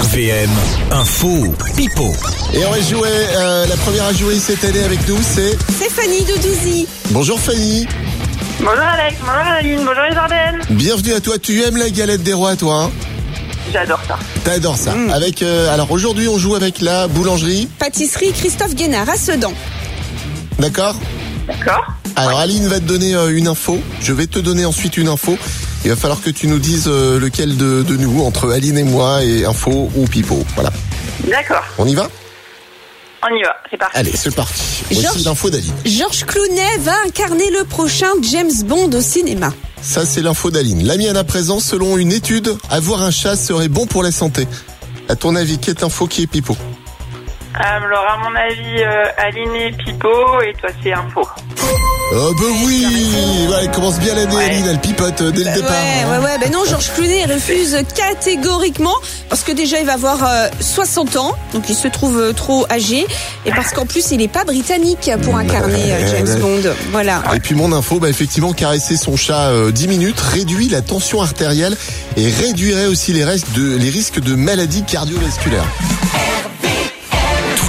BFM Info Pipo. Et on va jouer, euh, la première à jouer cette année avec nous, c'est... C'est Fanny de Douzy. Bonjour Fanny, Bonjour Alex, bonjour Aline, bonjour les Ardennes. bienvenue à toi, tu aimes la galette des rois toi, hein J'adore ça. T'adores ça. Avec, euh, alors aujourd'hui on joue avec la boulangerie, Pâtisserie Christophe Guénard à Sedan. d'accord D'accord Alors Aline va te donner euh, une info, je vais te donner ensuite une info. Il va falloir que tu nous dises euh, lequel de, de nous, entre Aline et moi, et info ou pipo. Voilà, D'accord, on y va on y va, c'est parti. Allez, c'est parti. Voici Georges- l'info d'Aline. Georges Clounet va incarner le prochain James Bond au cinéma. Ça, c'est l'info d'Aline. La mienne à présent, selon une étude, avoir un chat serait bon pour la santé. À ton avis, quelle info qui est pipo Alors à mon avis, euh, Aline et Pipo, et toi c'est Info. Oh bah oui Ouais, Elle commence bien l'année, Aline, elle pipote euh, dès le Ouais, départ. Bah ouais, ouais. Ben non, Georges Clounet refuse catégoriquement parce que déjà il va avoir euh, 60 ans, donc il se trouve euh, trop âgé, et parce qu'en plus il n'est pas britannique pour incarner euh, James Bond. Voilà. Et puis mon info, bah effectivement, caresser son chat euh, 10 minutes réduit la tension artérielle et réduirait aussi les, restes de, les risques de maladies cardiovasculaires. Tous